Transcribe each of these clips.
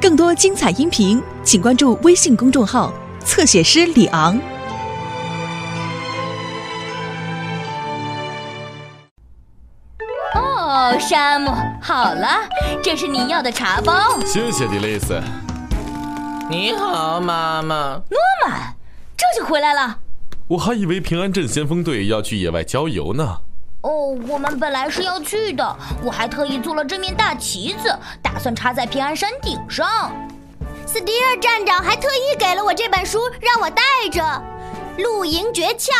更多精彩音频，请关注微信公众号“侧写师李昂”。哦，山姆，好了，这是你要的茶包。谢谢迪丽斯。你好，妈妈。诺曼，这就回来了。我还以为平安镇先锋队要去野外郊游呢。哦，我们本来是要去的，我还特意做了这面大旗子，打算插在平安山顶上。斯蒂尔站长还特意给了我这本书，让我带着，《露营诀窍》，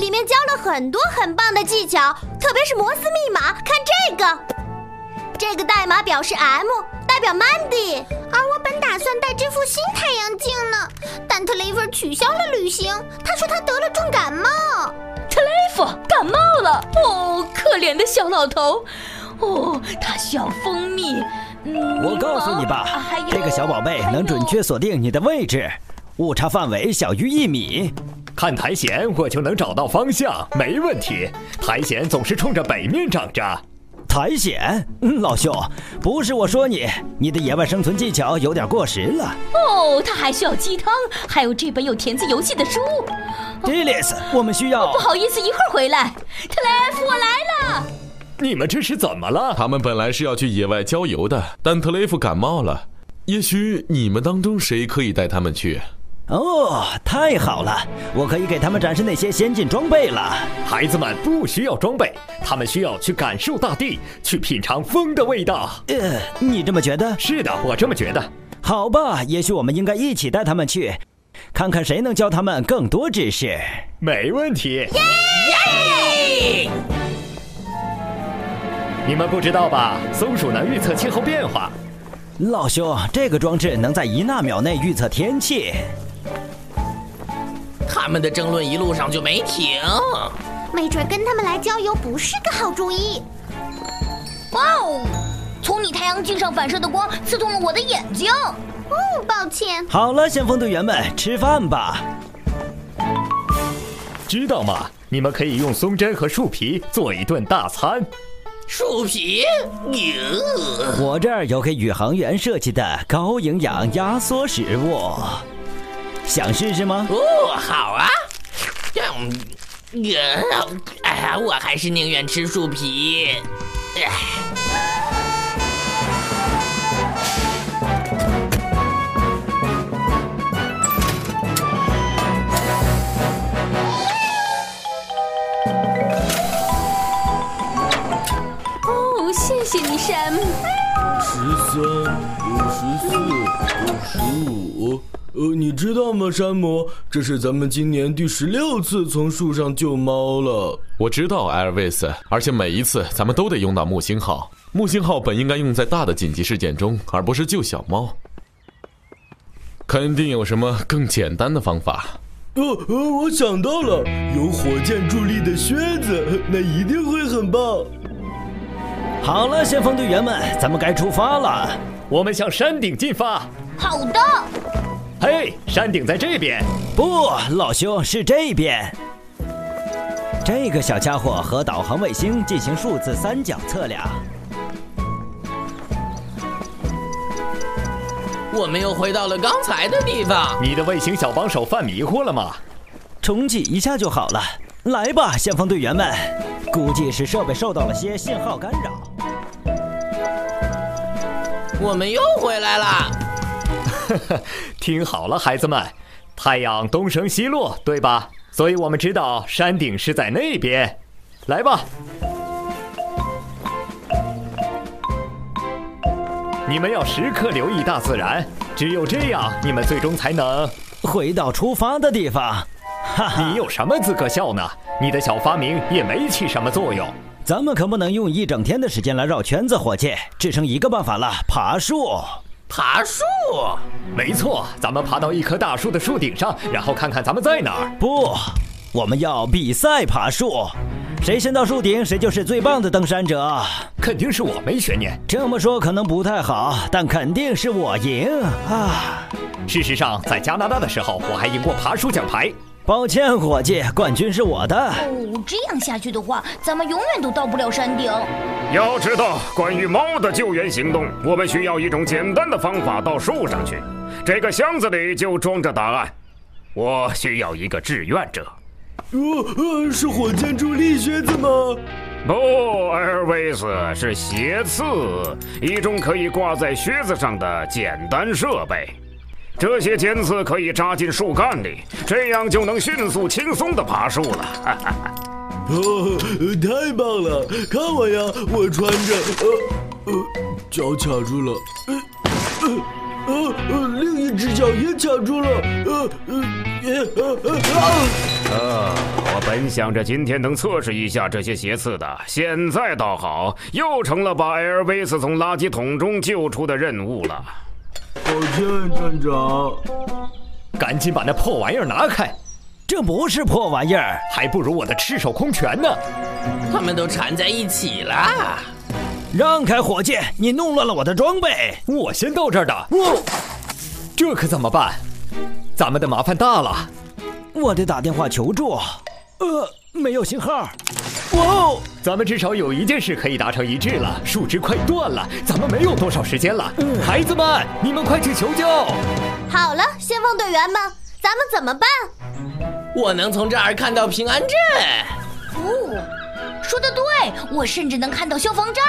里面教了很多很棒的技巧，特别是摩斯密码。看这个，这个代码表示 M，代表 Mandy。而我本打算带这副新太阳镜呢，但特雷弗取消了旅行，他说他得了重感冒。特雷弗感冒了，哦，可怜的小老头，哦，他需要蜂蜜。嗯，我告诉你吧，还有这个小宝贝能准确锁定你的位置，误差范围小于一米。看苔藓，我就能找到方向，没问题。苔藓总是冲着北面长着。苔藓，嗯老兄，不是我说你，你的野外生存技巧有点过时了。哦，他还需要鸡汤，还有这本有填字游戏的书。迪丽斯，我们需要哦不。好意思，一会儿回来。特雷弗，我来了。你们这是怎么了？他们本来是要去野外郊游的，但特雷弗感冒了。也许你们当中谁可以带他们去？哦，太好了，我可以给他们展示那些先进装备了。孩子们不需要装备，他们需要去感受大地，去品尝风的味道。呃，你这么觉得？是的，我这么觉得。好吧，也许我们应该一起带他们去，看看谁能教他们更多知识。没问题。你们不知道吧？松鼠能预测气候变化。老兄，这个装置能在一纳秒内预测天气。他们的争论一路上就没停。没准跟他们来郊游不是个好主意。哇哦，从你太阳镜上反射的光刺痛了我的眼睛。哦，抱歉，好了，先锋队员们，吃饭吧。知道吗？你们可以用松针和树皮做一顿大餐。树皮，哟，我这儿有给宇航员设计的高营养压缩食物，想试试吗？哦，好啊。嗯，呀，哎呀，我还是宁愿吃树皮。哎哦，谢谢你，山姆。十三、五十四、五十五。呃，你知道吗，山姆？这是咱们今年第十六次从树上救猫了。我知道艾尔维斯，而且每一次咱们都得用到木星号。木星号本应该用在大的紧急事件中，而不是救小猫。肯定有什么更简单的方法。呃呃，我想到了，有火箭助力的靴子，那一定会很棒。好了，先锋队员们，咱们该出发了。我们向山顶进发。好的，嘿，山顶在这边。不，老兄是这边。这个小家伙和导航卫星进行数字三角测量。我们又回到了刚才的地方。你的卫星小帮手犯迷糊了吗？重启一下就好了。来吧，先锋队员们，估计是设备受到了些信号干扰。我们又回来了。听好了，孩子们，太阳东升西落，对吧？所以我们知道山顶是在那边。来吧，你们要时刻留意大自然，只有这样，你们最终才能。回到出发的地方，哈哈，你有什么资格笑呢？你的小发明也没起什么作用。咱们可不能用一整天的时间来绕圈子，伙计，只剩一个办法了，爬树。爬树，没错，咱们爬到一棵大树的树顶上，然后看看咱们在哪儿。不，我们要比赛爬树，谁先到树顶，谁就是最棒的登山者。肯定是我没悬念。这么说可能不太好，但肯定是我赢啊！事实上，在加拿大的时候，我还赢过爬树奖牌。抱歉，伙计，冠军是我的。哦，这样下去的话，咱们永远都到不了山顶。要知道，关于猫的救援行动，我们需要一种简单的方法到树上去。这个箱子里就装着答案。我需要一个志愿者。呃呃，是火箭助力靴子吗？不，艾尔维哦斯是鞋刺，一种可以挂在靴子上的简单设备。这些尖刺可以扎进树干里，这样就能迅速轻松地爬树了。哈哈哈哦， 太棒了！看我呀，我穿着，呃呃，脚卡住了，呃呃呃，另一只脚也卡住了，呃呃也呃呃啊！呃，我本想着今天能测试一下这些鞋刺的，现在倒好，又成了把艾尔维斯从垃圾桶中救出的任务了。抱歉，站长。赶紧把那破玩意儿拿开，这不是破玩意儿，还不如我的赤手空拳呢。他们都缠在一起了。让开，伙计，你弄乱了我的装备。我先到这儿的，哦、这可怎么办？咱们的麻烦大了。我得打电话求助。呃，没有信号。哇哦，咱们至少有一件事可以达成一致了，树枝快断了，咱们没有多少时间了。嗯孩子们，你们快去求救！好了，先锋队员们，咱们怎么办？我能从这儿看到平安镇。哦，说的对，我甚至能看到消防站。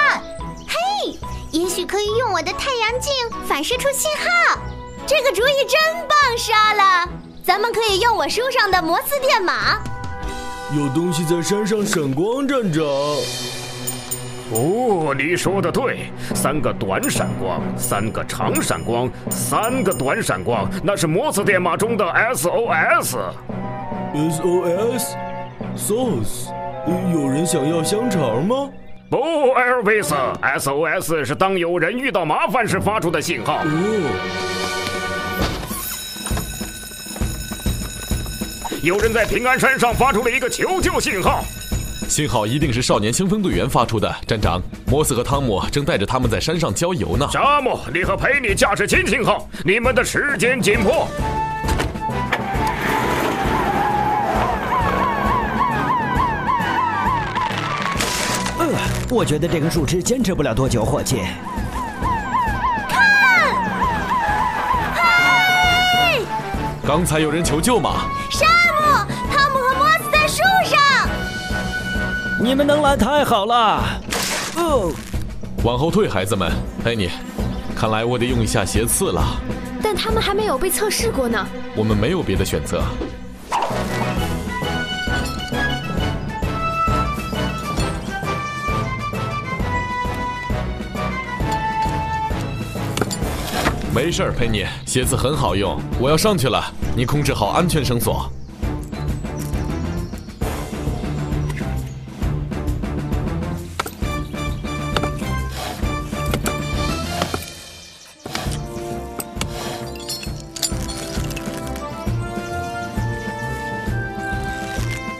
嘿，也许可以用我的太阳镜反射出信号。这个主意真棒，莎拉！咱们可以用我书上的摩斯电码。有东西在山上闪光，站长。哦，你说的对，三个短闪光，三个长闪光，三个短闪光，那是摩斯电码中的 SOS。 SOS sauce，呃有人想要香肠吗？不，艾尔维斯，SOS 是当有人遇到麻烦时发出的信号。哦，有人在平安山上发出了一个求救信号。信号一定是少年先锋队员发出的。站长，摩斯和汤姆正带着他们在山上郊游呢。沙漠，你和佩里驾驶金星号，你们的时间紧迫。呃，我觉得这根树枝坚持不了多久，伙计。刚才有人求救吗？沙漠，汤姆和摩斯在树上。你们能来太好了。哦，往后退，孩子们。佩妮，看来我得用一下斜刺了。但他们还没有被测试过呢。我们没有别的选择。没事儿，佩妮，鞋子很好用。我要上去了，你控制好安全绳索。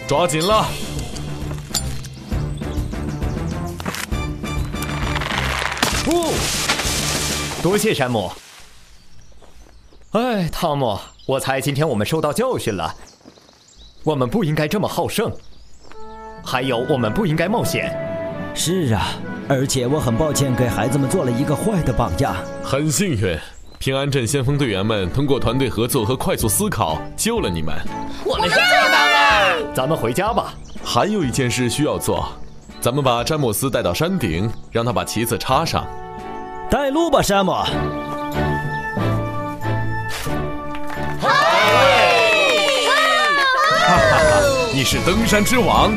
抓紧了，哦，多谢山姆。哎，汤姆，我猜今天我们受到教训了。我们不应该这么好胜，还有我们不应该冒险。是啊，而且我很抱歉给孩子们做了一个坏的榜样。很幸运，平安镇先锋队员们通过团队合作和快速思考救了你们。我们是正当的。咱们回家吧。还有一件事需要做，咱们把詹姆斯带到山顶，让他把旗子插上。带路吧，山姆。你是登山之王。